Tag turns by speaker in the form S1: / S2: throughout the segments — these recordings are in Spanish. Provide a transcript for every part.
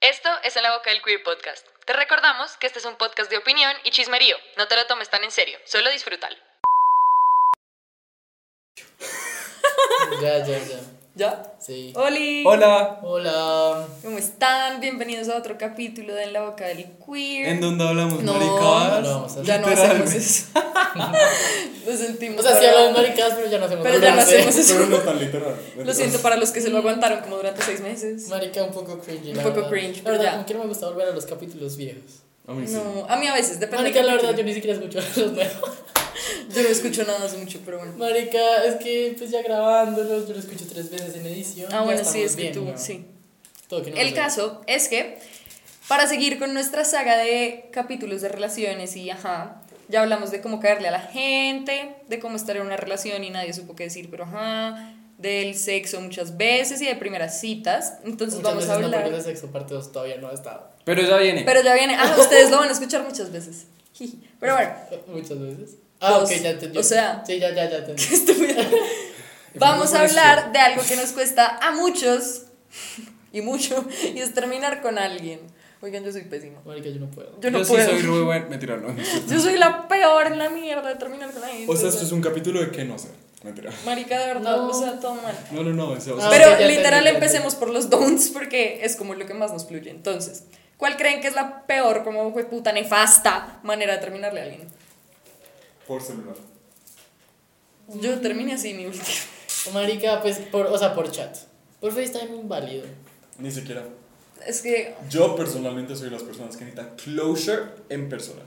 S1: Esto es En la Boca del Queer Podcast. Te recordamos que este es un podcast de opinión y chismerío. No te lo tomes tan en serio, solo disfrútalo.
S2: Ya, ya, ya.
S3: ¿Ya?
S2: Sí.
S3: ¡Holi!
S4: Hola,
S2: Hola.
S3: ¿Cómo están? Bienvenidos a otro capítulo de En la Boca del Queer.
S4: ¿en dónde hablamos
S3: No,
S4: maricadas?
S2: no, vamos a hacer-
S3: ya no
S4: Literalmente.
S3: hacemos eso. Lo sentimos.
S2: O sea, sí
S3: pero-
S2: hablamos maricadas, pero ya no hacemos
S3: Pero ya no
S2: maricadas,
S3: hacemos
S2: ¿eh?
S3: eso.
S4: Pero no tan literal.
S3: Lo siento para los que se lo aguantaron como durante seis meses.
S2: Marica, un poco cringe.
S3: Un poco cringe, pero
S2: Pero
S3: ya.
S2: Como que no me gusta volver a los capítulos viejos.
S4: A mí sí.
S3: No, a mí a veces, depende.
S2: Marica,
S3: del
S2: la verdad, yo
S3: capítulo.
S2: ni siquiera escucho los nuevos.
S3: yo no escucho nada hace mucho, pero bueno.
S2: Marica, es que pues ya grabándolos, yo lo escucho tres veces en edición.
S3: Ah,
S2: ya
S3: bueno, sí,
S2: estamos
S3: es que
S2: bien,
S3: tú,
S2: weón.
S3: sí.
S2: Todo que no lo
S3: El
S2: sé.
S3: caso es que, para seguir con nuestra saga de capítulos de relaciones y ajá, ya hablamos de cómo caerle a la gente, de cómo estar en una relación y nadie supo qué decir, pero ajá, del sexo muchas veces y de primeras citas. Entonces
S2: Muchas
S3: vamos
S2: veces
S3: a
S2: no,
S3: hablar.
S2: porque de sexo parte 2 todavía no ha estado.
S4: Pero ya viene.
S3: pero ya viene, ah, ustedes lo van a escuchar muchas veces. Jiji. Pero bueno,
S2: Muchas veces. Ah,
S3: Dos.
S2: ok, ya entendí.
S3: O sea-
S2: Sí, ya, ya, ya entendí.
S3: qué estúpida.
S4: Y
S3: Vamos a
S4: por eso-
S3: hablar de algo que nos cuesta a muchos y mucho y es terminar con alguien. Oigan, yo soy pésima.
S2: Marica, yo no puedo.
S3: Yo no
S4: Yo sí
S3: puedo.
S4: soy re buen. Mentira, no.
S3: Yo soy la peor en la mierda de terminar con la gente.
S4: O sea, esto es un capítulo de qué no sé. Mentira.
S3: Marica, de verdad,
S2: No.
S3: o sea, todo mal.
S4: No, no, no. O sea, o
S2: Ah,
S4: sea,
S3: Pero
S2: ok, ya entendí,
S3: literal
S2: ya
S3: empecemos por los don'ts porque es como lo que más nos fluye. Entonces, ¿cuál creen que es la peor, como fue puta nefasta manera de terminarle a alguien?
S4: por celular.
S3: Yo
S2: Mm.
S3: terminé así mi último.
S2: Marica, pues, por, o sea, por chat. Por FaceTime inválido.
S4: Ni siquiera.
S3: Es que
S4: Yo personalmente soy de las personas que necesitan closure en persona.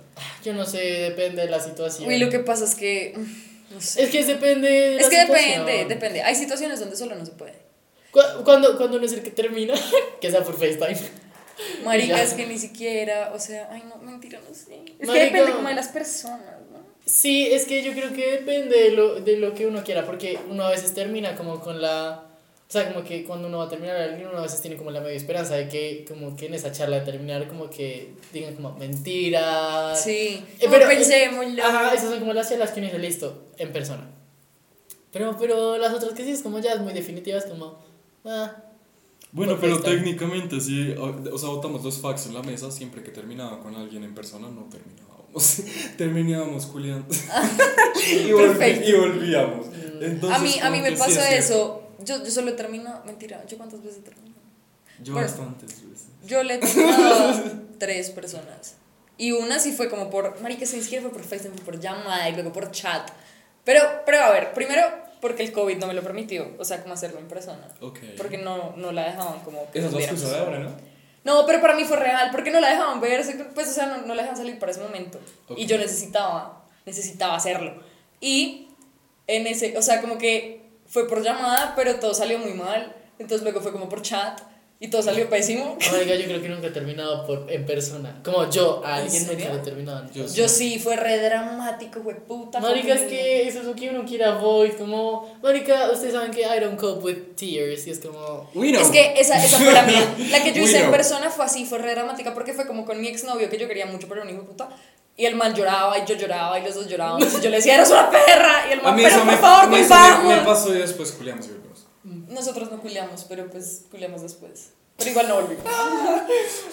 S2: Yo no sé, depende de la situación.
S3: Uy, lo que pasa es que. mm, No sé.
S2: Es que depende. de
S3: Es
S2: la
S3: que
S2: situación.
S3: depende, depende. Hay situaciones donde solo no se puede.
S2: Cu- Cuando, cuando uno es el que termina, que sea por FaceTime.
S3: Marica,
S2: Ya.
S3: es que ni siquiera. O sea, ay, no, mentira, no sé. Es que
S2: Marica.
S3: depende como de las personas, ¿no?
S2: Sí, es que yo creo que depende de lo, de lo que uno quiera, porque uno a veces termina como con la. O sea, como que cuando uno va a terminar alguien, uno a veces tiene como la media esperanza de que, como que en esa charla de terminar, como que digan como mentiras.
S3: Sí.
S2: Eh,
S3: pero
S2: pero-
S3: pensémoslo.
S2: Ajá, esas son como las charlas que uno dice, listo, en persona. Pero, pero las otras que sí es como ya es muy definitiva, es como. Ah, Por
S3: Pues
S4: Bueno, pero
S2: FaceTime.
S4: técnicamente, sí. O, o sea, botamos dos facts en la mesa. Siempre que terminaba con alguien en persona, no terminábamos. terminábamos culiando. y,
S3: Perfecto. Mm.
S4: volvi- y volvíamos. Entonces,
S3: a mí, a
S4: como
S3: mí me
S4: que sí
S3: pasó
S4: es cierto.
S3: eso. Yo, yo solo termino. Mentira, ¿yo cuántas veces termino?
S4: Yo
S3: Bueno.
S4: bastantes veces.
S3: Yo le he terminado a tres personas. Y una sí fue como por. Marica, se inscribe fue por Facebook, por llamada y luego por chat. Pero, pero a ver, primero porque el COVID no me lo permitió. O sea, como hacerlo en persona.
S4: Ok.
S3: Porque no, no la dejaban como. que nos
S4: Esas dos
S3: viéramos.
S4: cosas de ahora, ¿no?
S3: No, pero para mí fue real, porque no la dejaban verse, pues, o sea, no, no la dejaban salir para ese momento.
S4: Ok.
S3: Y yo necesitaba, necesitaba hacerlo. Y en ese, o sea, como que fue por llamada, pero todo salió muy mal. Entonces luego fue como por chat y todo salió pésimo.
S2: Oiga, yo creo que nunca he terminado por, en persona. Como yo, a
S3: ¿En
S2: alguien nunca
S3: serio?
S2: lo he terminado. en
S4: Yo
S2: persona.
S3: Yo sí, fue re dramático, fue puta.
S2: Marica, es
S3: porque-
S2: que eso es lo que uno quiera, voy. Como, Marica, ustedes saben que I don't cope with tears. Y es como.
S4: We know.
S3: Es que esa, esa fue la mía. La que yo
S4: We
S3: hice en
S4: know.
S3: persona fue así, fue re dramática, porque fue como con mi exnovio que yo quería mucho, pero era un hijo de puta. Y el man lloraba, y yo lloraba, y los dos llorábamos. Y yo le decía, eres una perra. Y el
S4: A
S3: man,
S4: mí
S3: pero
S4: eso
S3: por
S4: me,
S3: favor,
S4: me, eso
S3: volvamos".
S4: me, me pasó y después culiamos y volvimos.
S3: Nosotros no culiamos, pero pues culiamos después. Pero igual no volvimos.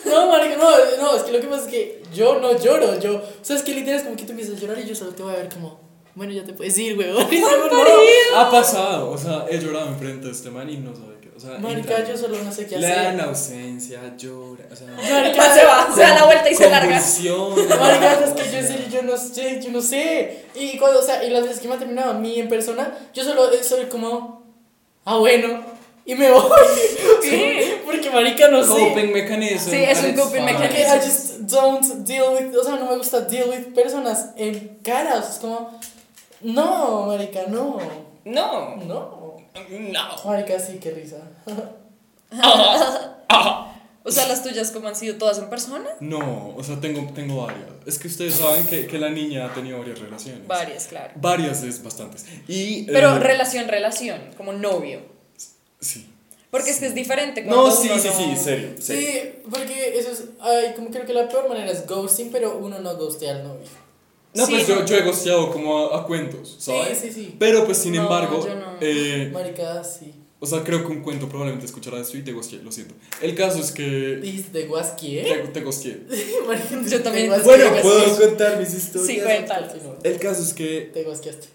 S2: No, Marica, no, no, es que lo que pasa es que yo no lloro. Yo, o sea, es que literal es como que tú empiezas a llorar y yo solo te voy a ver como, bueno, ya te puedes ir, weón. Y yo, no.
S4: Ha pasado, o sea, he llorado enfrente de este man y no sabe qué. O sea,
S2: Marica,
S4: entra-
S2: yo solo no sé qué
S4: le dan
S2: hacer.
S4: ausencia, llora. O sea,
S3: El man se va, se da la vuelta y se larga.
S4: convulsiona.
S2: Marica, es que yo en serio, yo no sé, yo no sé. Y cuando, o sea, y las veces que me ha terminado a mí en persona, yo solo eh, soy como, ah, bueno, y me voy.
S3: ¿Qué?
S2: Porque, marica, no sé.
S4: Coping mechanism.
S3: Sí, es un
S4: and it's
S3: coping
S4: fine.
S2: Porque I
S3: mechanism.
S2: just don't deal with, o sea, no me gusta deal with personas en cara, o sea, es como, no, marica, no,
S4: No,
S2: no.
S4: no.
S2: Marica, sí, qué risa.
S3: O sea, las tuyas como han sido todas en persona.
S4: No, o sea, tengo, tengo varias. Es que ustedes saben que, que la niña ha tenido varias relaciones.
S3: Varias, claro.
S4: Varias es bastantes. Y,
S3: Pero
S4: eh,
S3: relación, relación, como novio.
S4: Sí.
S3: Porque es que es diferente.
S4: No,
S3: cuando
S4: Oh, sí,
S3: uno
S4: sí,
S3: no-
S4: sí, serio. serio.
S2: Sí, porque eso es, ay, como creo que la peor manera es ghosting, pero uno no ghostea al novio.
S4: No,
S3: Sí.
S4: pues yo, yo he gosteado como a, a
S2: Sí,
S4: cuentos, ¿sabes?
S2: sí, sí.
S4: Pero pues sin
S3: No,
S4: embargo,
S3: yo no.
S4: eh,
S2: Marica, sí.
S4: O sea, creo que un cuento probablemente escuchará esto y te gosqué, lo siento. El caso es que.
S2: Dijiste de Guasqui, ¿eh?
S4: Te, te gosqué.
S2: Marica,
S3: Yo también.
S2: te
S4: Bueno,
S2: guasqueaste.
S4: puedo contar mis historias.
S3: Sí, cuéntalo.
S2: Continúa.
S4: El caso es que.
S2: pues, Te guasqueaste.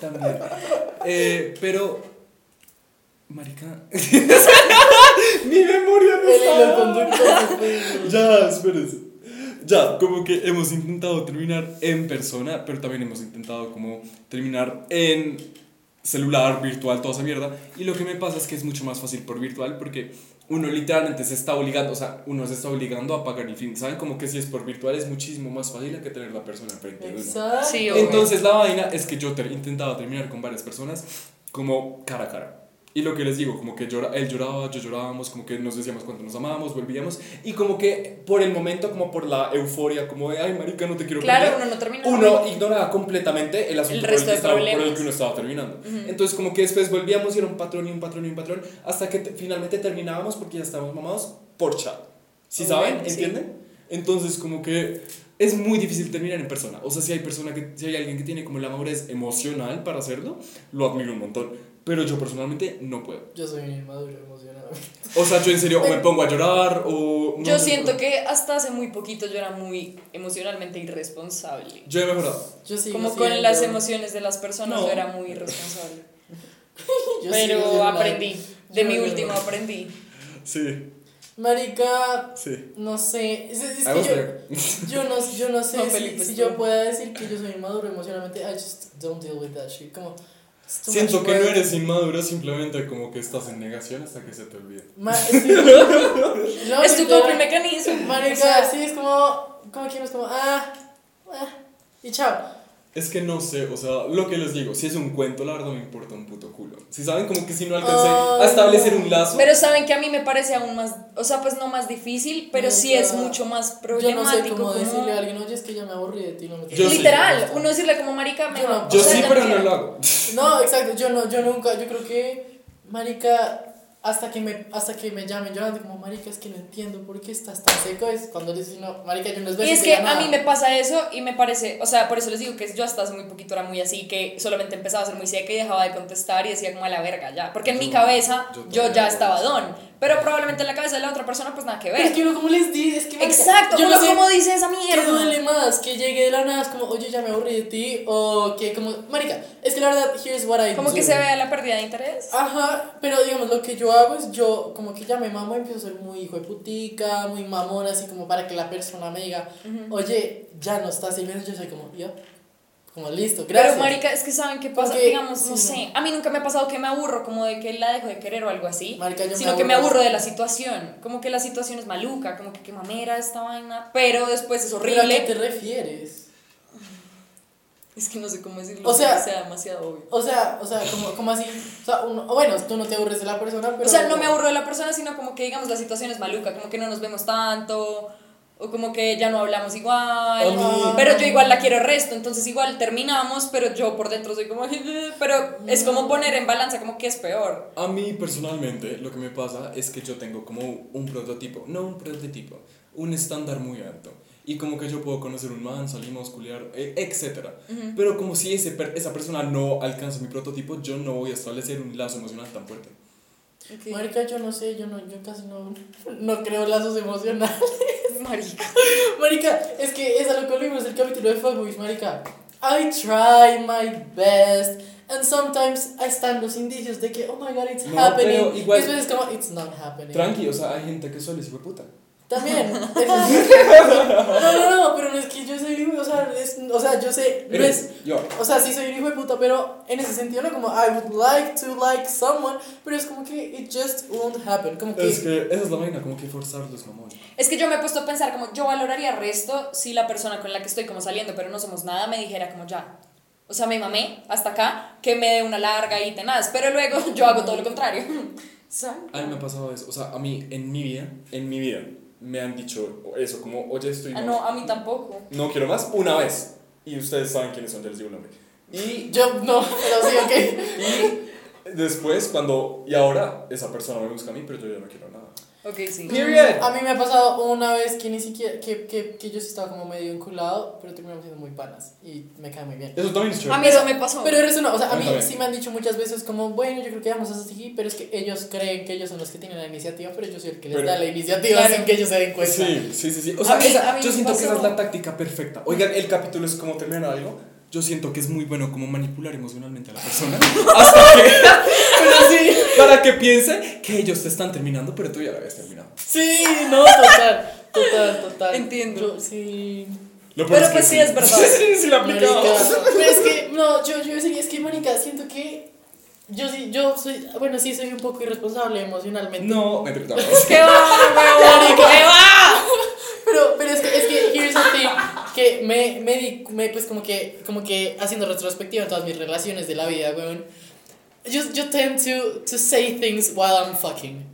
S4: También. Eh, pero. Marica. Mi memoria no
S2: El hilo
S4: está.
S2: conductor fue-
S4: Ya, espérense. Ya, como que hemos intentado terminar en persona, pero también hemos intentado como terminar en celular, virtual, toda esa mierda. Y lo que me pasa es que es mucho más fácil por virtual porque uno literalmente se está obligando, o sea, uno se está obligando a pagar el fin. ¿Saben? Como que si es por virtual es muchísimo más fácil que tener la persona frente de uno.
S2: Exacto.
S3: Sí,
S4: Ah,
S3: obvio.
S4: Entonces la vaina es que yo ter- intentaba terminar con varias personas como cara a cara. Y lo que les digo, como que llora, él lloraba, yo llorábamos, como que nos decíamos cuánto nos amábamos, volvíamos. Y como que por el momento, como por la euforia, como de, ay, marica, no te quiero
S3: Claro,
S4: perder",
S3: uno no termina.
S4: uno ignoraba completamente el asunto por, el
S3: resto
S4: que
S3: de
S4: estaba, por el
S3: problemas.
S4: que uno estaba terminando. Entonces como que después volvíamos y era un patrón y un patrón y un patrón, hasta que te- finalmente terminábamos porque ya estábamos mamados por chat. ¿Sí
S3: Ok,
S4: saben?
S3: sí.
S4: ¿Entienden? Entonces como que es muy difícil terminar en persona. O sea, si hay, persona que, si hay alguien que tiene como la madurez emocional para hacerlo, lo admiro un montón. Pero yo personalmente no puedo.
S2: Yo soy un inmaduro emocionado.
S4: O sea, yo en serio o me
S3: Pero-
S4: pongo a llorar o... no
S3: Yo
S4: sé,
S3: siento
S4: pero-
S3: que hasta hace muy poquito yo era muy emocionalmente irresponsable.
S4: Yo he mejorado.
S2: Yo sigo
S3: Como
S2: siendo-
S3: con las emociones de las personas
S4: No.
S3: yo era muy irresponsable.
S2: yo sigo siendo
S3: Pero
S2: una-
S3: aprendí. De
S2: Yo
S3: mi
S2: no-
S3: último aprendí.
S4: Sí,
S2: Marica,
S4: sí.
S2: no sé. Es, es- es
S4: I
S2: que
S4: was
S2: yo,
S4: there.
S2: yo no, yo no sé
S3: No,
S2: si-
S3: Felipe,
S2: si,
S3: tú.
S2: yo pueda decir que yo soy inmaduro emocionalmente. I just don't deal with that shit. Como. it's too
S4: Siento
S2: much
S4: que no
S2: work.
S4: eres inmaduro, simplemente como que estás en negación hasta que se te olvide.
S2: Ma- sí. No,
S3: es tu
S2: literal.
S3: propio mecanismo.
S2: Marica,
S3: o sea,
S2: sí, es como. Como que uno es como. Ah, ah, y chao.
S4: Es que no sé, o sea, lo que les digo, si es un cuento, la verdad me importa un puto culo. Si saben como que si no alcancé a
S2: Ay,
S4: establecer
S2: no.
S4: un lazo,
S3: Pero saben que a mí me parece aún más, o sea, pues no más difícil, pero sí
S2: Nunca-
S3: es mucho más
S2: Yo no sé
S3: problemático.
S2: cómo
S3: como-
S2: decirle a alguien, oye, es que ya me aburrí de ti. No me
S4: Yo sí.
S3: Literal, uno decirle como marica, me
S2: Yo no.
S4: yo
S2: o sea,
S4: sí,
S2: ya
S4: pero no lo hago.
S2: No, exacto, yo no, yo nunca, yo creo que, marica, hasta que me, hasta que me llamen llorando, como, marica, es que no entiendo por qué estás tan seco, es cuando le dicen, no, marica, yo no
S3: Y es que a mí me pasa eso y me parece, o sea, por eso les digo que yo hasta hace muy poquito era muy así, que solamente empezaba a ser muy seca y dejaba de contestar y decía como a la verga ya, porque en mi
S4: Yo-
S3: cabeza
S4: yo
S3: yo,
S4: también
S3: ya
S4: era
S3: estaba
S4: así.
S3: don, pero probablemente en la cabeza de la otra persona pues nada que
S2: Pero es
S3: ver.
S2: que uno, ¿cómo les dice? Es que, marica,
S3: Exacto,
S2: yo
S3: uno
S2: no sé
S3: como dice esa
S2: qué duele
S3: mierda.
S2: más, que llegue de la nada, es como, oye, ya me aburrí de ti, o que, como, marica, es que la verdad, here's what I
S3: Como
S2: do.
S3: que se vea la pérdida de
S2: Ah,
S3: interés.
S2: Ajá, pero digamos, lo que yo hago es yo, como que ya me mamo, empiezo a ser muy hijo de putica, muy mamona, así como para que la persona me diga, oye, ya no estás sirviendo, yo soy como, yo, como listo, gracias.
S3: Pero marica, es que saben qué pasa,
S2: Porque-
S3: digamos, no
S2: sí,
S3: sé, a mí nunca me ha pasado que me aburro como de que la dejo de querer o algo así,
S2: Marica, yo me
S3: sino que me
S2: aburro.
S3: aburro de la situación, como que la situación es maluca, como que qué mamera esta vaina, pero después es
S2: ¿Pero a qué
S3: horrible.
S2: te refieres?
S3: Es que no sé cómo decirlo,
S2: O sea-
S3: que sea demasiado obvio.
S2: O sea, o sea, como, como así, o sea, uno, o bueno, tú no te aburres de la persona, pero...
S3: o sea, no me aburro de la persona, sino como que digamos la situación es maluca, como que no nos vemos tanto, o como que ya no hablamos
S4: A
S3: igual.
S4: mí-
S3: Pero yo igual la quiero resto, entonces igual terminamos, pero yo por dentro soy como, pero es como poner en balanza como que es peor.
S4: A mí personalmente lo que me pasa es que yo tengo como un prototipo, no un prototipo, un estándar muy alto. Y como que yo puedo conocer un man, salimos, culiar, e- etcétera Pero como si ese per- esa persona no alcanza mi prototipo, yo no voy a establecer un lazo emocional tan fuerte.
S2: Marica, yo no sé, yo no, yo casi no, no creo lazos emocionales.
S3: Marica.
S2: Marica, es que es a lo que vimos el capítulo de Fuckboys, marica. I try my best, and sometimes ahí están los indicios de que, oh my god, it's
S4: No,
S2: happening.
S4: pero igual-
S2: Y después es como, it's not happening.
S4: Tranqui, o sea, hay gente que solo es hijo de puta.
S2: También. no, no, no, pero no es que yo soy libre, o sea, es, o sea, yo sé, no es...
S4: Eres yo.
S2: O sea, sí soy un hijo de puta, pero en ese sentido no como I would like to like someone, pero es como que it just won't happen, como que,
S4: Es que esa es la vaina, como que forzarlos, mamón.
S3: Es que yo me he puesto a pensar como yo valoraría resto si la persona con la que estoy como saliendo, pero no somos nada, me dijera como ya. O sea, me mamé hasta acá, que me dé una larga y tenaz, pero luego yo hago todo lo contrario. ¿Saben?
S4: A mí me ha pasado eso, o sea, a mí en mi vida, en mi vida, me han dicho eso, como, oye, estoy...
S3: Ah,
S4: mal.
S3: no, a mí tampoco.
S4: No quiero más, una vez. Y ustedes saben quiénes son, ya les digo el nombre. Y
S2: yo no, pero sí, ok.
S4: después, cuando. Y ahora, esa persona me busca a mí, pero yo ya no quiero nada.
S3: Ok, sí.
S4: Period.
S2: A mí me ha pasado una vez que ni siquiera, que, que, que yo sí estaba como medio enculado, pero terminamos siendo muy panas y me cae muy bien.
S4: Eso también es
S3: A
S4: chévere.
S3: mí eso me pasó.
S2: Pero eso no, o sea, a mí
S4: Cuéntame.
S2: sí me han dicho muchas veces como, bueno, yo creo que vamos a así, pero es que ellos creen que ellos son los que tienen la iniciativa, pero yo soy el que les
S4: Pero-
S2: da la iniciativa
S3: Claro.
S2: sin que ellos se den cuenta.
S4: Sí, sí, sí, sí. O
S3: A
S4: sea,
S3: mí-
S4: esa-
S3: a mí
S4: yo
S3: me
S4: siento que esa es
S3: pasó.
S4: la táctica perfecta. Oigan, el capítulo es como terminar algo. Yo siento que es muy bueno como manipular emocionalmente a la persona. Hasta que. pero sí, para que piense que ellos te están terminando, pero tú ya lo habías terminado.
S2: Sí, no, total, total, total.
S3: Entiendo.
S2: Yo- sí.
S4: Lo peor
S3: Pero
S4: que
S3: pues sí, es verdad.
S4: Sí, sí, sí, la
S2: Marica,
S4: aplicaba.
S2: pero es que, no, yo, yo sería, es que, marica, siento que yo sí, yo soy, bueno, sí, soy un poco irresponsable emocionalmente.
S4: No, me no.
S3: ¿Qué va, huevón? ¿Qué va?
S2: Pero, pero es que, es que, here's the thing, que me, me di, me, pues como que, como que haciendo retrospectiva en todas mis relaciones de la vida, weón, yo, yo tend to, to say things while I'm fucking.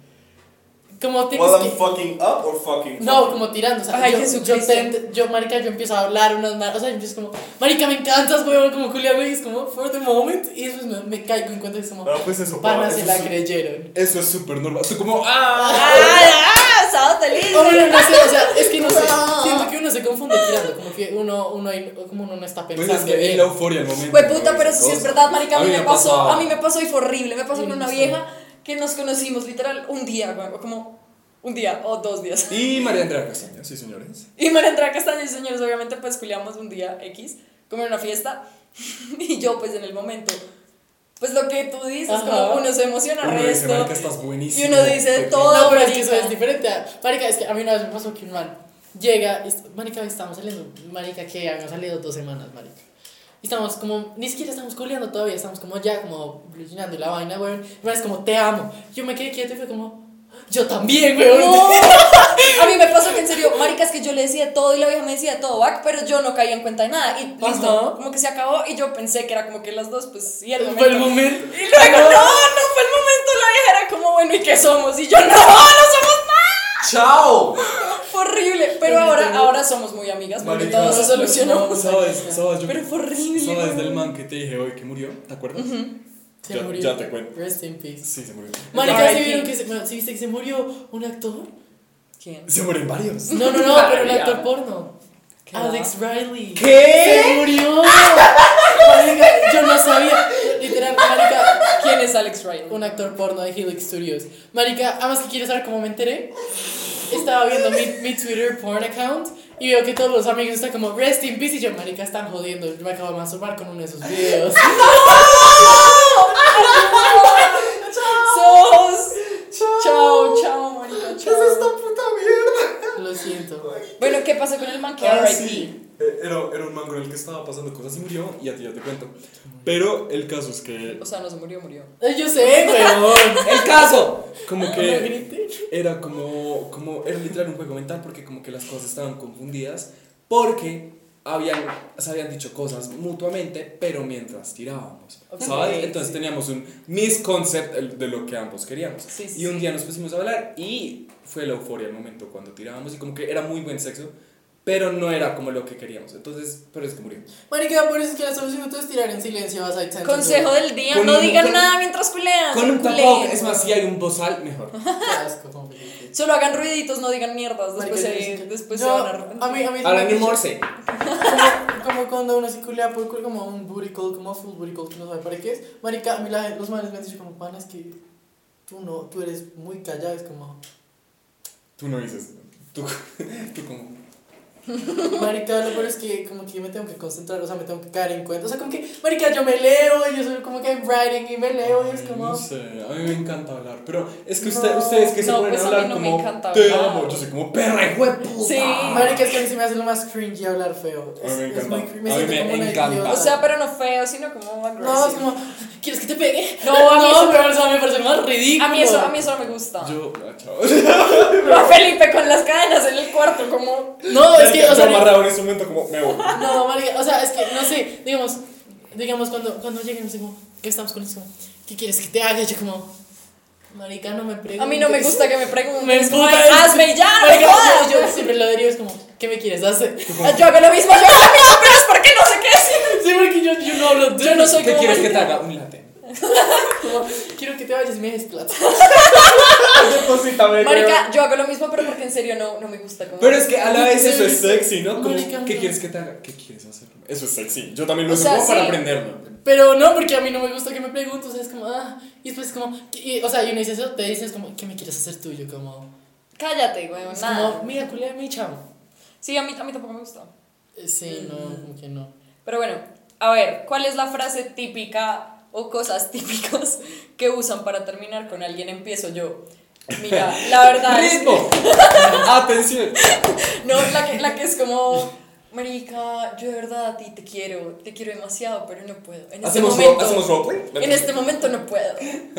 S2: Como things
S5: While
S2: que-
S5: I'm fucking up or fucking
S2: No,
S5: fucking?
S2: como tirando, o sea,
S3: Ay,
S2: yo, yo,
S3: Jesucristo.
S2: tend- yo, marica, yo empiezo a hablar unas mar, o sea, yo empiezo como, marica, me encantas, weón, como culia, güey, es como, for the moment, y después me, me caigo en cuenta que es como,
S5: Pero pues eso,
S2: panas
S5: eso
S2: se la
S5: es-
S2: creyeron.
S4: Eso es súper normal. Tú como, ¡ah!
S3: ¡Ah, ah! ¡Sábado feliz!
S2: O bueno, no sé, o sea, es que no sé, siento que uno se confunde tirando, como que uno, uno, ahí- como uno no está
S4: Pues
S2: pensando
S4: es que en
S2: bien.
S4: la euforia al momento.
S3: Fue puta,
S4: ¿no?
S3: pero
S4: Esa
S3: eso sí es
S4: cosa.
S3: verdad, marica. A mí me pasó,
S4: pasaba.
S3: a mí me pasó y fue horrible. Me pasó
S2: Sí,
S3: con una
S2: sí.
S3: vieja que nos conocimos literal un día, güey, como un día o dos días.
S4: Y María Andrea Castaña, sí, señores.
S3: Y María Andrea Castaño y señores, obviamente, pues culiamos un día X, como en una fiesta. Y yo, pues en el momento, pues lo que tú dices,
S2: Ajá.
S3: como uno se emociona,
S4: Uno dice,
S3: resto.
S4: marica, estás buenísimo.
S3: Y uno dice,
S4: Te-
S3: todo-
S2: No, pero es que eso
S3: marica.
S2: es diferente. ah. Marica, es que a mí una vez me pasó que un man llega, y est- marica, estamos saliendo, marica, que habíamos salido dos semanas, marica. Y estamos como, ni siquiera estamos coleando todavía, estamos como ya, como llenando la vaina, weón. Y el man es como, te amo. Yo me quedé quieto y fue como, yo también, weón.
S3: No, a mí me pasó que en serio, marica, es que yo le decía todo y la vieja me decía todo, back, pero yo no caía en cuenta de nada. Y listo,
S2: Ajá.
S3: como que se acabó y yo pensé que era como que las dos, pues sí, el momento.
S2: Fue el momento.
S3: Y luego, no, no fue el momento, la vieja era como, bueno, ¿y qué somos? Y yo, no, no somos nada.
S4: ¡Chao!
S3: Fue horrible. Pero ahora, ahora somos muy amigas porque todo se solucionó.
S4: No, ¿sabes? ¿Sabes? Yo-
S3: Pero fue horrible,
S4: ¿Sabes
S3: weón.
S4: del man que te dije hoy que murió? ¿Te acuerdas?
S2: Se
S4: Ya-
S2: murió.
S4: ya te cuento.
S2: Rest in peace.
S4: Sí, se murió.
S2: Marica, ¿sí
S3: R.I.P.
S2: vieron que se, ¿sí viste que se murió un actor?
S3: ¿Quién?
S4: Se mueren varios.
S2: No, no, no, pero un actor porno.
S3: ¿Qué?
S2: Alex Riley.
S4: ¿Qué?
S2: ¡Se murió! Marica, yo no sabía. Literal, Marica,
S3: ¿Quién es Alex Ryan?
S2: un actor porno de Helix Studios. Marica, además que quieres saber cómo me enteré. Estaba viendo mi, mi Twitter porn account y veo que todos los amigos están como rest in peace. Y yo, Marica, están jodiendo. Yo me acabo de masturbar con uno de sus videos.
S3: ¡Sos! Chao, chao, marica, chao.
S4: puta mierda?
S2: Lo siento.
S3: Bueno, ¿qué pasó con el man que
S4: Ah,
S3: R.I.P.?
S4: sí. Eh, Era, era un man con el que estaba pasando cosas y murió, y a ti ya te cuento. Pero el caso es que.
S3: O sea, no se murió, murió.
S2: Eh, Yo sé, weón.
S4: ¡El caso! Como
S2: No
S4: que.
S2: grité.
S4: Era como, como, era literal un juego mental porque como que las cosas estaban confundidas porque habían, se habían dicho cosas mutuamente, pero mientras tirábamos, ¿sabes?
S3: Ok,
S4: Entonces teníamos un misconcept el- de lo que ambos queríamos.
S3: Sí, sí,
S4: y un
S3: sí.
S4: día nos pusimos a hablar y fue la euforia el momento cuando tirábamos y como que era muy buen sexo, pero no era como lo que queríamos. Entonces, pero es que murió.
S2: Marica, por eso es que la solución de todo es tirar en silencio. vas a-
S3: Consejo del día,
S4: Con
S3: no
S4: un-
S3: digan
S4: con-
S3: nada mientras culean.
S4: Con un
S3: culeen.
S4: tapón, es más, si hay un bozal, mejor.
S2: Qué asco, como que-
S3: Solo hagan ruiditos, no digan mierdas, después,
S2: Marica,
S3: se,
S2: yo-
S3: después
S2: yo-
S3: se van a arrepentir.
S2: mí, a mí
S4: Ahora
S2: me
S4: ni morse.
S2: como, como cuando uno se culea por culo, como un booty call, como full booty call, que no sabe para qué es. Marica, a mí la gente- los manes me han dicho como, pana, es que tú no, tú eres muy callado, es como,
S4: Tú no dices, tú, tú como...
S2: marica, lo peor es que como que me tengo que concentrar, o sea, me tengo que caer en cuenta, o sea, como que, marica, yo me leo, y yo soy como que I'm writing y me leo, y es
S4: Ay,
S2: como...
S4: No sé, a mí me encanta hablar, pero es que
S2: No,
S4: usted- ustedes que se
S3: no,
S4: ponen
S3: pues
S4: a
S3: a
S4: hablar
S3: mí no me
S4: como
S3: encanta
S4: te
S3: hablar".
S4: amo, yo soy como perra, hijo de puta".
S3: Sí.
S2: Marica, es que a mí se me hace lo más cringy hablar feo.
S4: A
S2: Es,
S4: mí me
S2: es
S4: encanta.
S2: muy cringy.
S4: A mí
S2: siento
S4: me
S2: como una
S4: encanta.
S2: idiota.
S3: O sea, pero no feo, sino como agresivo.
S2: no, es como, ¿quieres que te pegue?
S3: No, a mí eso-
S2: pero o sea, me parece lo más ridículo.
S3: a mí eso, a mí eso no me gusta.
S4: Yo, ah, chao.
S3: No, Felipe con las cadenas en el cuarto, como.
S2: No, es que, o
S4: Yo
S2: sea,
S4: amarrado en ese momento como me voy.
S2: No, marica, o sea, es que no sé, digamos, digamos cuando, cuando lleguen, me dicen como, ¿qué estamos con eso? ¿Qué quieres que te haga? Yo como, marica, no me preguntes.
S3: A mí no me gusta que me pregunten.
S2: Me
S3: es como,
S2: emputa
S3: "Ay,
S2: eso".
S3: hazme y ya, no me
S2: Marica,
S3: jodas.
S2: yo, yo siempre lo derivo, es como, ¿qué me quieres hacer?
S3: Yo hago lo mismo, yo hago lo mismo, pero es porque no sé qué decir.
S2: Sí, porque yo, yo no hablo de
S3: Yo no soy
S4: ¿Qué
S3: como.
S4: quieres que
S3: marica.
S4: te haga? Un latte.
S2: Como, quiero que te vayas y me dejes plata.
S4: Deposítame,
S3: Marica, yo hago lo mismo, pero porque en serio no, no me gusta. Como...
S4: Pero es que a la vez eso es sexy, ¿no? Como,
S2: Marica,
S4: ¿Qué
S2: no.
S4: quieres que te haga? ¿Qué quieres hacer? Eso es sexy. Yo también lo
S3: O
S4: uso
S3: sea,
S4: como para
S3: sí.
S4: aprenderlo.
S2: Pero no, porque a mí no me gusta que me pregunten, o sea, es como, ah, y después es como, ¿qué- y, o sea, y uno dice eso, te dices como, ¿qué me quieres hacer tuyo? Como,
S3: Cállate, güey,
S2: es
S3: nada.
S2: como, mira, culé a mi chavo.
S3: Sí, a mí, a mí tampoco me gustó.
S2: Eh, Sí, no, como que no.
S3: Pero bueno, a ver, ¿cuál es la frase típica o cosas típicas que usan para terminar con alguien? Empiezo yo. Mira, la verdad Este es que-
S4: ¡Ritmo! ¡Atención!
S3: No, la que, la que es como, Marica, yo de verdad a ti te quiero, te quiero demasiado, pero no puedo. En este
S4: Hacemos, ro-
S3: momento.
S4: hacemos roleplay.
S3: en este momento no puedo.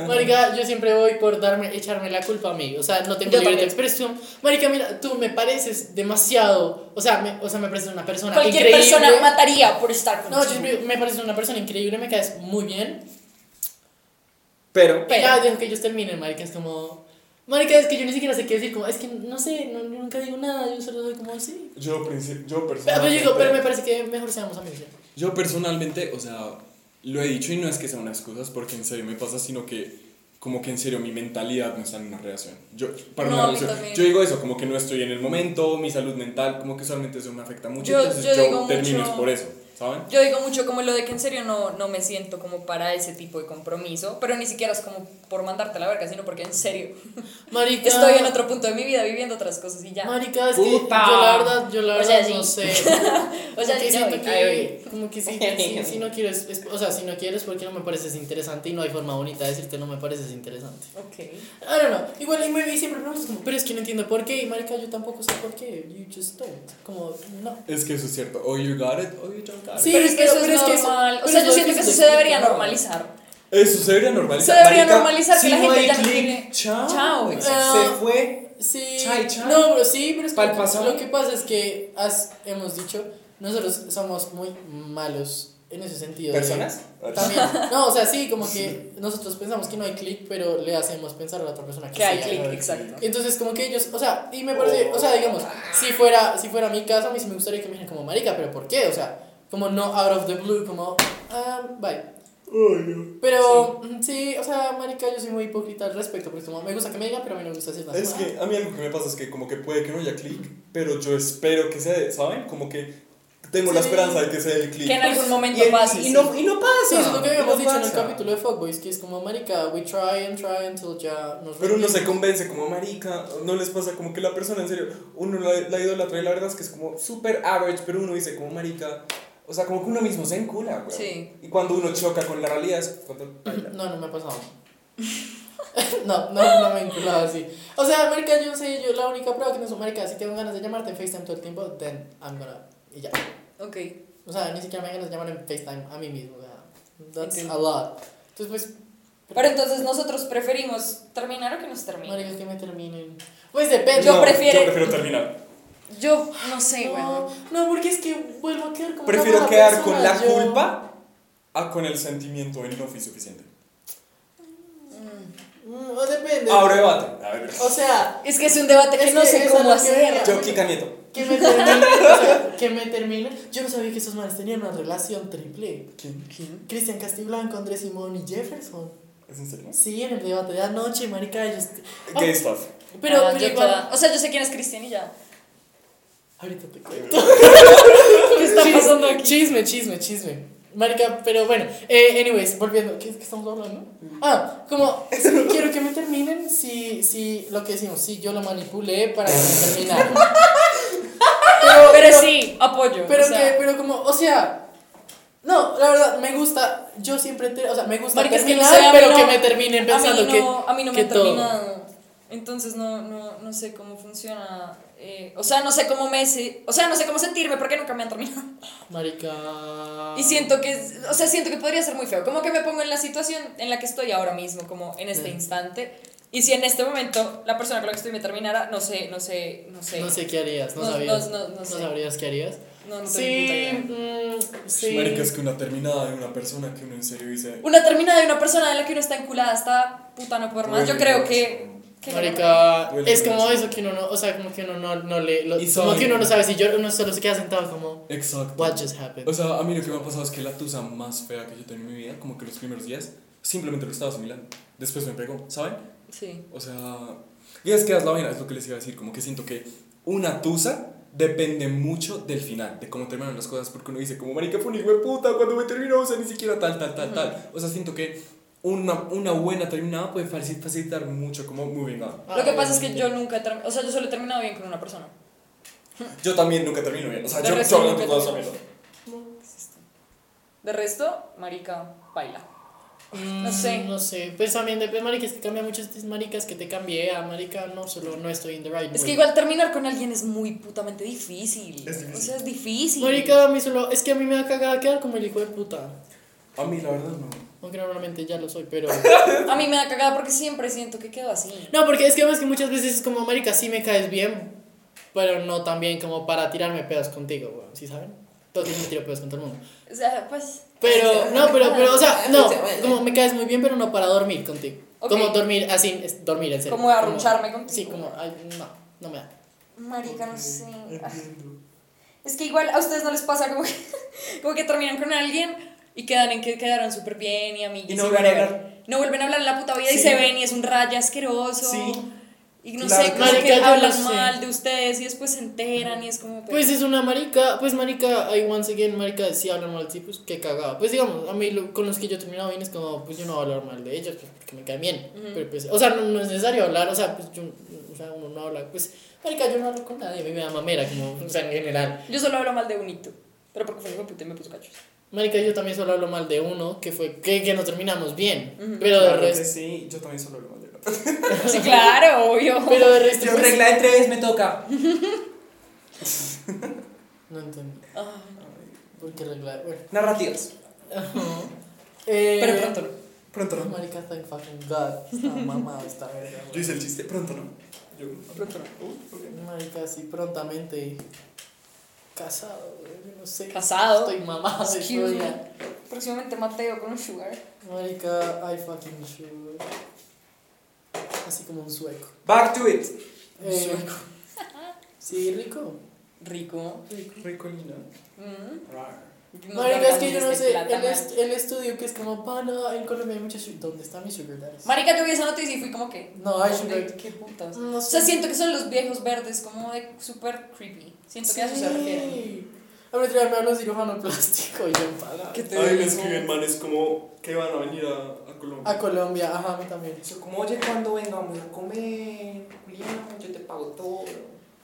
S2: Marica, yo siempre voy por darme, echarme la culpa a mí. O sea, no tengo
S3: Yo
S2: libre de
S3: también.
S2: expresión. Marica, mira, tú me pareces demasiado. O sea, me, o sea, me pareces una persona
S3: Cualquier
S2: increíble.
S3: persona mataría por estar
S2: no, yo
S3: contigo.
S2: siempre- me pareces una persona increíble, me caes muy bien.
S4: Pero.
S2: Pero.
S3: Pero-
S2: Ya dejo que ellos terminen, Marica, es como. Marica, es que yo ni siquiera sé qué decir. Como, es que no sé, no, yo nunca digo nada, yo solo soy como, sí.
S4: Yo, princi-
S3: Ah,
S4: yo
S3: pues
S2: Pero,
S4: personalmente.
S2: pero yo digo, pero me parece que mejor seamos amigos. ya.
S4: Yo personalmente, o sea, lo he dicho y no es que sean unas cosas porque en serio me pasa, sino que como que en serio mi mentalidad no está en una relación. Yo, para
S3: No,
S4: una
S3: a mí
S4: relación,
S3: también.
S4: yo digo eso, como que no estoy en el momento, mi salud mental, como que solamente eso me afecta mucho,
S3: Yo-
S4: entonces
S3: yo
S4: yo,
S3: digo
S4: termino
S3: mucho-
S4: es por eso, ¿saben?
S3: Yo digo mucho como lo de que en serio no, no me siento como para ese tipo de compromiso, pero ni siquiera es como por mandarte a la verga, sino porque en serio
S2: Marica.
S3: estoy en otro punto de mi vida viviendo otras cosas y ya.
S2: Marica, es que
S4: Puta.
S2: yo la verdad, yo la
S3: O
S2: verdad
S3: sea,
S2: no
S3: sí.
S2: sé.
S3: O sea,
S2: Como que
S3: sí,
S2: siento
S3: no,
S2: que,
S3: ay,
S2: como que sí, sí, si no quieres, es- o sea, si no quieres porque no me pareces interesante y no hay forma bonita de decirte no me pareces interesante.
S3: Ok.
S2: I don't know, igual y, me- y siempre preguntas como, pero es que no entiendo por qué, y marica, yo tampoco sé por qué, you just don't, como, no.
S4: Es que eso es cierto, o you got it, o you don't got it.
S2: Sí,
S3: pero es que
S2: pero-
S3: eso
S2: pero
S3: es
S2: es que eso-
S3: normal.
S2: pero
S3: o sea,
S2: es
S3: yo
S2: lo
S3: siento
S2: que
S3: que
S2: se
S3: eso se
S2: explica,
S3: debería
S2: ¿no?
S3: normalizar.
S4: Eso se debería normalizar.
S3: Se debería normalizar que
S4: si
S3: la
S4: no
S3: gente
S4: hay
S3: ya no
S4: click,
S3: tiene-
S4: Chao.
S3: Chao, Ah.
S2: exacto.
S4: Se fue.
S2: Sí,
S4: Chai, chai.
S2: no, pero sí, pero es que
S4: Pal pasao.
S2: lo que pasa es que has- hemos dicho, nosotros somos muy malos en ese sentido. de-
S4: ¿Personas?
S2: También. No, o sea, sí, como que nosotros pensamos que no hay click, pero le hacemos pensar a la otra persona que,
S3: Que hay
S2: sí
S3: click,
S2: ¿no?
S3: exacto.
S2: Entonces, como que ellos, o sea, y me parece, o sea, digamos, si fuera, si fuera mi caso, a mí sí me gustaría que me dijeran como marica, pero ¿por qué? O sea, como no out of the blue, como, ah, bye. Pero, mm, sí. o sea, marica, yo soy muy hipócrita al respecto, porque como me gusta que me digan, pero a mí no me gusta decir nada.
S4: Es que a mí algo que me pasa es que como que puede que no haya click, pero yo espero que se dé, ¿saben? Como que tengo la
S2: Sí.
S4: esperanza de que se dé el click.
S3: Que en algún momento
S4: y,
S3: pase.
S4: y no, y no pasa.
S2: Ah, Sí, eso es lo que
S4: y no
S2: habíamos dicho en el
S4: pasa.
S2: capítulo de Fuckboys, que es como, marica, we try and try until ya nos
S4: Pero uno
S2: rendimos.
S4: se convence como marica, no les pasa como que la persona en serio, uno la, la idolatra y la verdad es que es como super average, pero uno dice como marica, o sea, como que uno mismo se encula, güey.
S3: Sí.
S4: Y cuando uno choca con la realidad es cuando...
S2: No, no me ha pasado. no, no, no me he vinculado así. O sea, marica, yo sé, yo la única prueba que no soy marica, si tengo ganas de llamarte en FaceTime todo el tiempo, then I'm gonna. Y ya.
S3: Ok.
S2: O sea, ni siquiera me dan ganas de llamar en FaceTime a mí mismo. o sea, that's
S3: Entiendo.
S2: a lot. Entonces, pues,
S3: Pero entonces nosotros preferimos terminar o que nos terminen.
S2: marica, que me terminen. Pues depende.
S3: Yo
S4: No,
S3: prefiero-
S4: Yo prefiero terminar.
S3: Yo no sé, güey.
S2: No, no, porque es que vuelvo a quedar como. una
S4: Prefiero
S2: mala
S4: quedar
S2: persona,
S4: con la
S2: yo-
S4: culpa a con el sentimiento de no fui suficiente.
S2: Mm, o depende.
S4: Ahora debate. A ver.
S2: O sea,
S3: Es que es un debate que
S2: Es
S3: no
S2: que
S3: sé
S2: eso
S3: cómo
S2: es lo que
S3: hacer.
S2: yo-
S4: Yo, Kika Nieto.
S2: que me terminen. o sea, que me terminen. Yo no sabía que esos manes tenían una relación triple. Cristian Castiblanco, Andrés Simón y Jefferson.
S4: ¿Es en serio?
S2: Sí, en el debate de anoche, marica, ellos... Ah,
S4: Gay stuff.
S2: pero,
S3: Ah,
S2: pero
S3: yo
S2: igual...
S3: toda- O sea, yo sé quién es Cristian y ya.
S2: Ahorita te cuento. ¿Qué está pasando aquí? Chisme, chisme, chisme. Marica, pero bueno, eh, anyways, volviendo, ¿qué es que estamos hablando? Ah, como, quiero que me terminen si, si, lo que decimos, si yo lo manipulé para que me terminara.
S3: Pero, sí, apoyo.
S2: Pero
S3: o sea,
S2: que, pero como, o sea... No, la verdad, me gusta, yo siempre, te- o sea, me gusta
S3: marica, es que no
S2: terminar,
S3: sé, a mí
S2: pero
S3: no-
S2: que me terminen
S3: a
S2: pensando
S3: mí
S2: que...
S3: no, A mí no me
S2: que
S3: han
S2: todo.
S3: terminado. Entonces no, no, no sé cómo funciona. eh, o sea, no sé cómo me. se- O sea, no sé cómo sentirme porque nunca me han terminado.
S2: Marica...
S3: Y siento que, es- o sea, siento que podría ser muy feo. Como que me pongo en la situación en la que estoy ahora mismo, como en este
S2: Sí.
S3: instante. Y si en este momento la persona con la que estoy me terminara, no sé, no sé, no sé.
S2: No sé qué harías, no,
S3: No,
S2: sabías.
S3: no, no, no sé.
S2: sabrías qué harías.
S3: No, no tengo puta
S2: sí,
S3: idea.
S2: mm, sí.
S4: Marica, es que una terminada de una persona que uno en serio dice.
S3: Una terminada de una persona de la que uno está enculada, está puta no poder más. Yo
S4: "Duele
S3: creo
S4: mucho".
S3: que. que
S2: Marica,
S4: Duele
S2: es como
S4: mucho.
S2: eso que uno no, o sea, como que uno no, no le, lo-
S4: Y
S2: como
S4: sabe.
S2: que uno no sabe si yo, uno solo se queda sentado como,
S4: Exacto.
S2: what just happened.
S4: O sea, a mí lo que me ha pasado es que la tusa más fea que yo he tenido en mi vida, como que los primeros días, simplemente lo estaba asimilando. Después me pegó, ¿saben?
S3: Sí.
S4: O sea, y es que es la vaina, es lo que les iba a decir, como que siento que una tusa depende mucho del final, de cómo terminan las cosas, porque uno dice como, marica, fue un hijo de puta, cuando me terminó, o sea, ni siquiera tal, tal, tal, tal. O sea, siento que una, una buena terminada puede faci- facilitar mucho como moving on.
S3: Lo que pasa es que yo nunca he termi- O sea, yo solo he terminado bien con una persona.
S4: Yo también nunca termino bien, o sea,
S3: De
S4: yo
S3: resto
S4: yo
S3: nunca
S4: no puedo
S3: termino.
S4: saberlo.
S3: De resto, marica, baila.
S2: No
S3: sé.
S2: No sé. Pues también depende, marica, es que cambia mucho estas maricas que te cambié a marica, no, solo no estoy in the right
S3: Es
S2: mood.
S3: que igual terminar con alguien es muy putamente difícil.
S4: Es difícil.
S3: O sea, es difícil.
S2: Marica, a mí solo, es que a mí me va a cagar quedar como el hijo de puta.
S4: A mí, la verdad, no.
S2: Aunque normalmente ya lo soy, pero...
S3: A mí me da cagada porque siempre siento que quedo así.
S2: No, porque es que además que muchas veces es como, marica, sí me caes bien, pero no tan bien como para tirarme pedos contigo, weón, ¿sí saben? Todo el tiempo me tiro pedos con todo el mundo.
S3: O sea, pues.
S2: Pero, no, pero, pero, o sea, no, como me caes muy bien, pero no para dormir contigo.
S3: Ok.
S2: Como dormir, así, es- dormir en serio.
S3: Como arruncharme contigo.
S2: Sí, como, ay, no, no me da.
S3: Marica, no sé. Ah. Es que igual a ustedes no les pasa como que, como que terminan con alguien y quedan en que quedaron súper bien y amigos.
S4: Y no vuelven a
S3: whatever.
S4: hablar.
S3: No vuelven a hablar en la puta vida y
S4: Sí.
S3: se ven y es un raya asqueroso.
S4: Sí.
S3: Y no
S4: Claro
S3: sé,
S4: que
S3: como
S2: sí.
S3: que
S2: Marica, yo
S3: hablan
S2: lo sé.
S3: mal de ustedes y después se enteran y es como. pero-
S2: Pues es una marica, pues marica, ahí once again, marica, si hablan mal de ti, pues qué cagada. Pues digamos, a mí lo- con los que yo he terminado bien es como, pues yo no voy a hablar mal de ellos, pues, porque me caen bien. Pero pues, o sea, no, no es necesario hablar, o sea, pues yo, o sea, uno no habla, pues, marica, yo no hablo con nadie, a mí me da mamera, como, o sea, en general.
S3: Yo solo hablo mal de unito. Pero porque fue hijo de puta y me puso cachos.
S2: Marica, yo también solo hablo mal de uno, que fue, que, que no terminamos bien, pero de
S4: Claro que
S2: resto,
S4: sí, yo también solo lo mandé.
S3: Sí, claro, obvio.
S2: pero de resto, pues,
S4: de tres, me toca.
S2: no entiendo,
S3: Ah,
S2: porque regla, bueno.
S4: Narrativas.
S2: Eh,
S3: Pero pronto no.
S4: Pronto no.
S2: Marica, thank fucking God, está mamada esta verga.
S4: Yo hice el chiste, pronto no. Yo,
S3: Pronto no.
S4: uh, ok.
S2: Marica, sí, prontamente casado, güey, no sé.
S3: Casado.
S2: Estoy mamado de
S3: Excuse me.
S2: joya.
S3: Próximamente Mateo con un sugar.
S2: Marica, I fucking sure. Así como un sueco.
S4: Back to it.
S2: Un sueco. Sí, rico.
S3: Rico.
S2: rico.
S4: Recolina.
S3: Mm. Nos
S2: Marica, es
S3: guardan
S2: que yo no
S3: este
S2: sé,
S3: plátano.
S2: el, est- el estudio que es como, pana, en Colombia hay muchas sugar ¿Dónde está mi sugar daddy?
S3: Marica, yo vi esa noticia y fui como que.
S2: No, hay
S3: hombre,
S2: sugar-
S3: Qué putas.
S2: No
S3: O sea, siento que son los viejos verdes, como de súper creepy. Siento que a eso se refieren.
S2: Sí. A mí otro día me habló un cirujano plástico y yo empalado.
S3: ¿Qué te
S4: Ay, me
S3: digo?
S4: escriben manes como que van a venir a, a
S3: Ah,
S4: Colombia.
S2: A Colombia, ajá, a mí también.
S5: Yo como, oye, cuando vengamos a comer, Julián, yo te pago todo.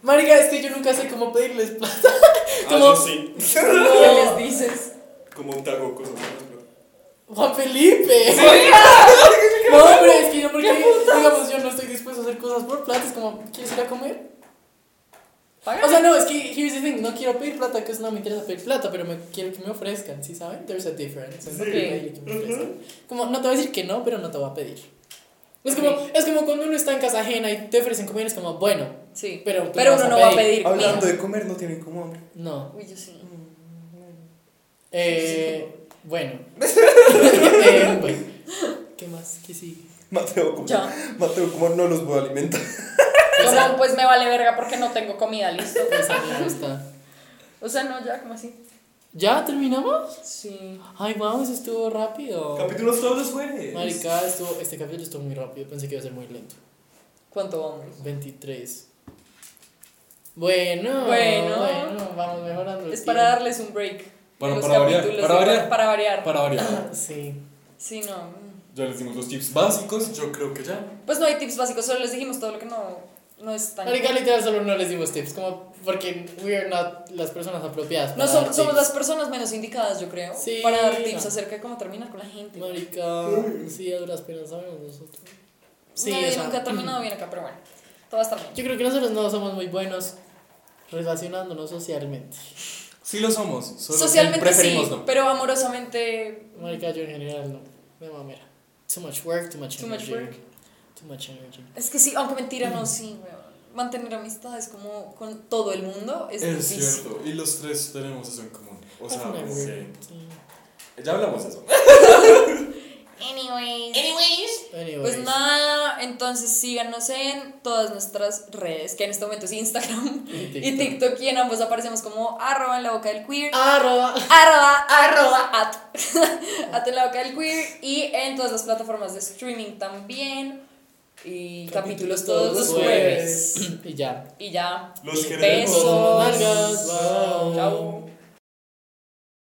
S2: Marica, es que yo nunca sé cómo pedirles plata.
S4: Ah,
S2: como-
S4: yo sí.
S3: ¿Qué les dices?
S4: Como te hago cosas malas, bro.
S2: Juan Felipe. No, pero es que yo porque digamos yo no estoy dispuesto a hacer cosas por plata, es como, ¿quieres ir a comer?
S3: Paga.
S2: O sea, no, es que here's the thing, no quiero pedir plata, que es no me interesa pedir plata, pero me quiero que me ofrezcan, ¿sí saben? There's a difference. No
S4: Sí.
S2: quiero pedir que me ofrezcan. Como no te voy a decir que no, pero no te voy a pedir. Es como, es como cuando uno está en casa ajena y te ofrecen comida, es como, bueno,
S3: sí.
S2: pero tú
S3: Pero
S2: vas
S3: uno
S2: a
S3: no va a
S2: pedir.
S3: pedir comida.
S4: Hablando de comer, no tienen como hambre.
S2: no.
S3: Uy, yo sí.
S2: Eh, bueno. Eh, bueno. ¿Qué más? ¿Qué sigue?
S4: Mateo, como,
S3: Ya.
S4: Mateo, como no los voy a alimentar.
S3: Como, pues me vale verga porque no tengo comida, listo.
S2: Pues ahí ya está.
S3: O sea, no, ya, como así.
S2: ¿Ya terminamos?
S3: Sí.
S2: Ay, vamos, estuvo rápido.
S4: Capítulos todos los jueves.
S2: Marica, estuvo, este capítulo estuvo muy rápido, pensé que iba a ser muy lento.
S3: ¿Cuánto vamos?
S2: 23. Bueno,
S3: Bueno.
S2: bueno, vamos mejorando. el
S3: Es para
S2: tiempo.
S3: darles un break. de
S4: Bueno,
S3: los
S4: para variar,
S3: capítulos,
S4: para
S3: de-
S4: variar.
S3: Para variar.
S4: Para variar.
S2: Sí.
S3: Sí, no.
S4: Ya les dimos los tips básicos, yo creo que ya.
S3: Pues no hay tips básicos, solo les dijimos todo lo que no, no es tan.
S2: Marica, literal, solo no les dimos tips, como porque we are not las personas apropiadas.
S3: No
S2: para
S3: som-
S2: dar
S3: somos
S2: tips.
S3: las personas menos indicadas, yo creo,
S2: Ah, Sí,
S3: para dar tips
S2: no.
S3: acerca de cómo terminar con la gente.
S2: Marica, sí, a duras penas sabemos nosotros. Sí,
S3: Nadie
S2: o sea,
S3: nunca ha terminado bien acá, pero bueno, todo va a estar bien.
S2: yo creo que nosotros no somos muy buenos relacionándonos socialmente.
S4: Sí lo somos. solo
S3: Socialmente sí,
S4: preferimos no.
S3: pero amorosamente.
S2: Marica, yo en general no. Me mamera. Too much work, too much
S3: Too much
S2: energy.
S3: work.
S2: Too much energy.
S3: Es que sí, aunque mentira, no, sí, weón. Mantener amistades como con todo el mundo es,
S4: Es
S3: difícil.
S4: cierto, y los tres tenemos eso en común. O sea,
S2: That's nice.
S4: sí.
S2: Sí.
S4: Ya hablamos de eso.
S3: Anyways.
S5: Anyways.
S2: Anyways.
S3: Pues nada, entonces síganos en todas nuestras redes, que en este momento es Instagram
S2: Y TikTok.
S3: y TikTok, y en ambos aparecemos como arroba en la boca del queer.
S2: Arroba.
S3: Arroba, arroba, at. at en la boca del queer y en todas las plataformas de streaming también. Y capítulos, todos los jueves.
S2: Y ya.
S3: Y ya.
S4: Los
S3: Y
S4: queremos.
S2: Besos.
S3: Besos.
S2: Chao.
S3: Chao.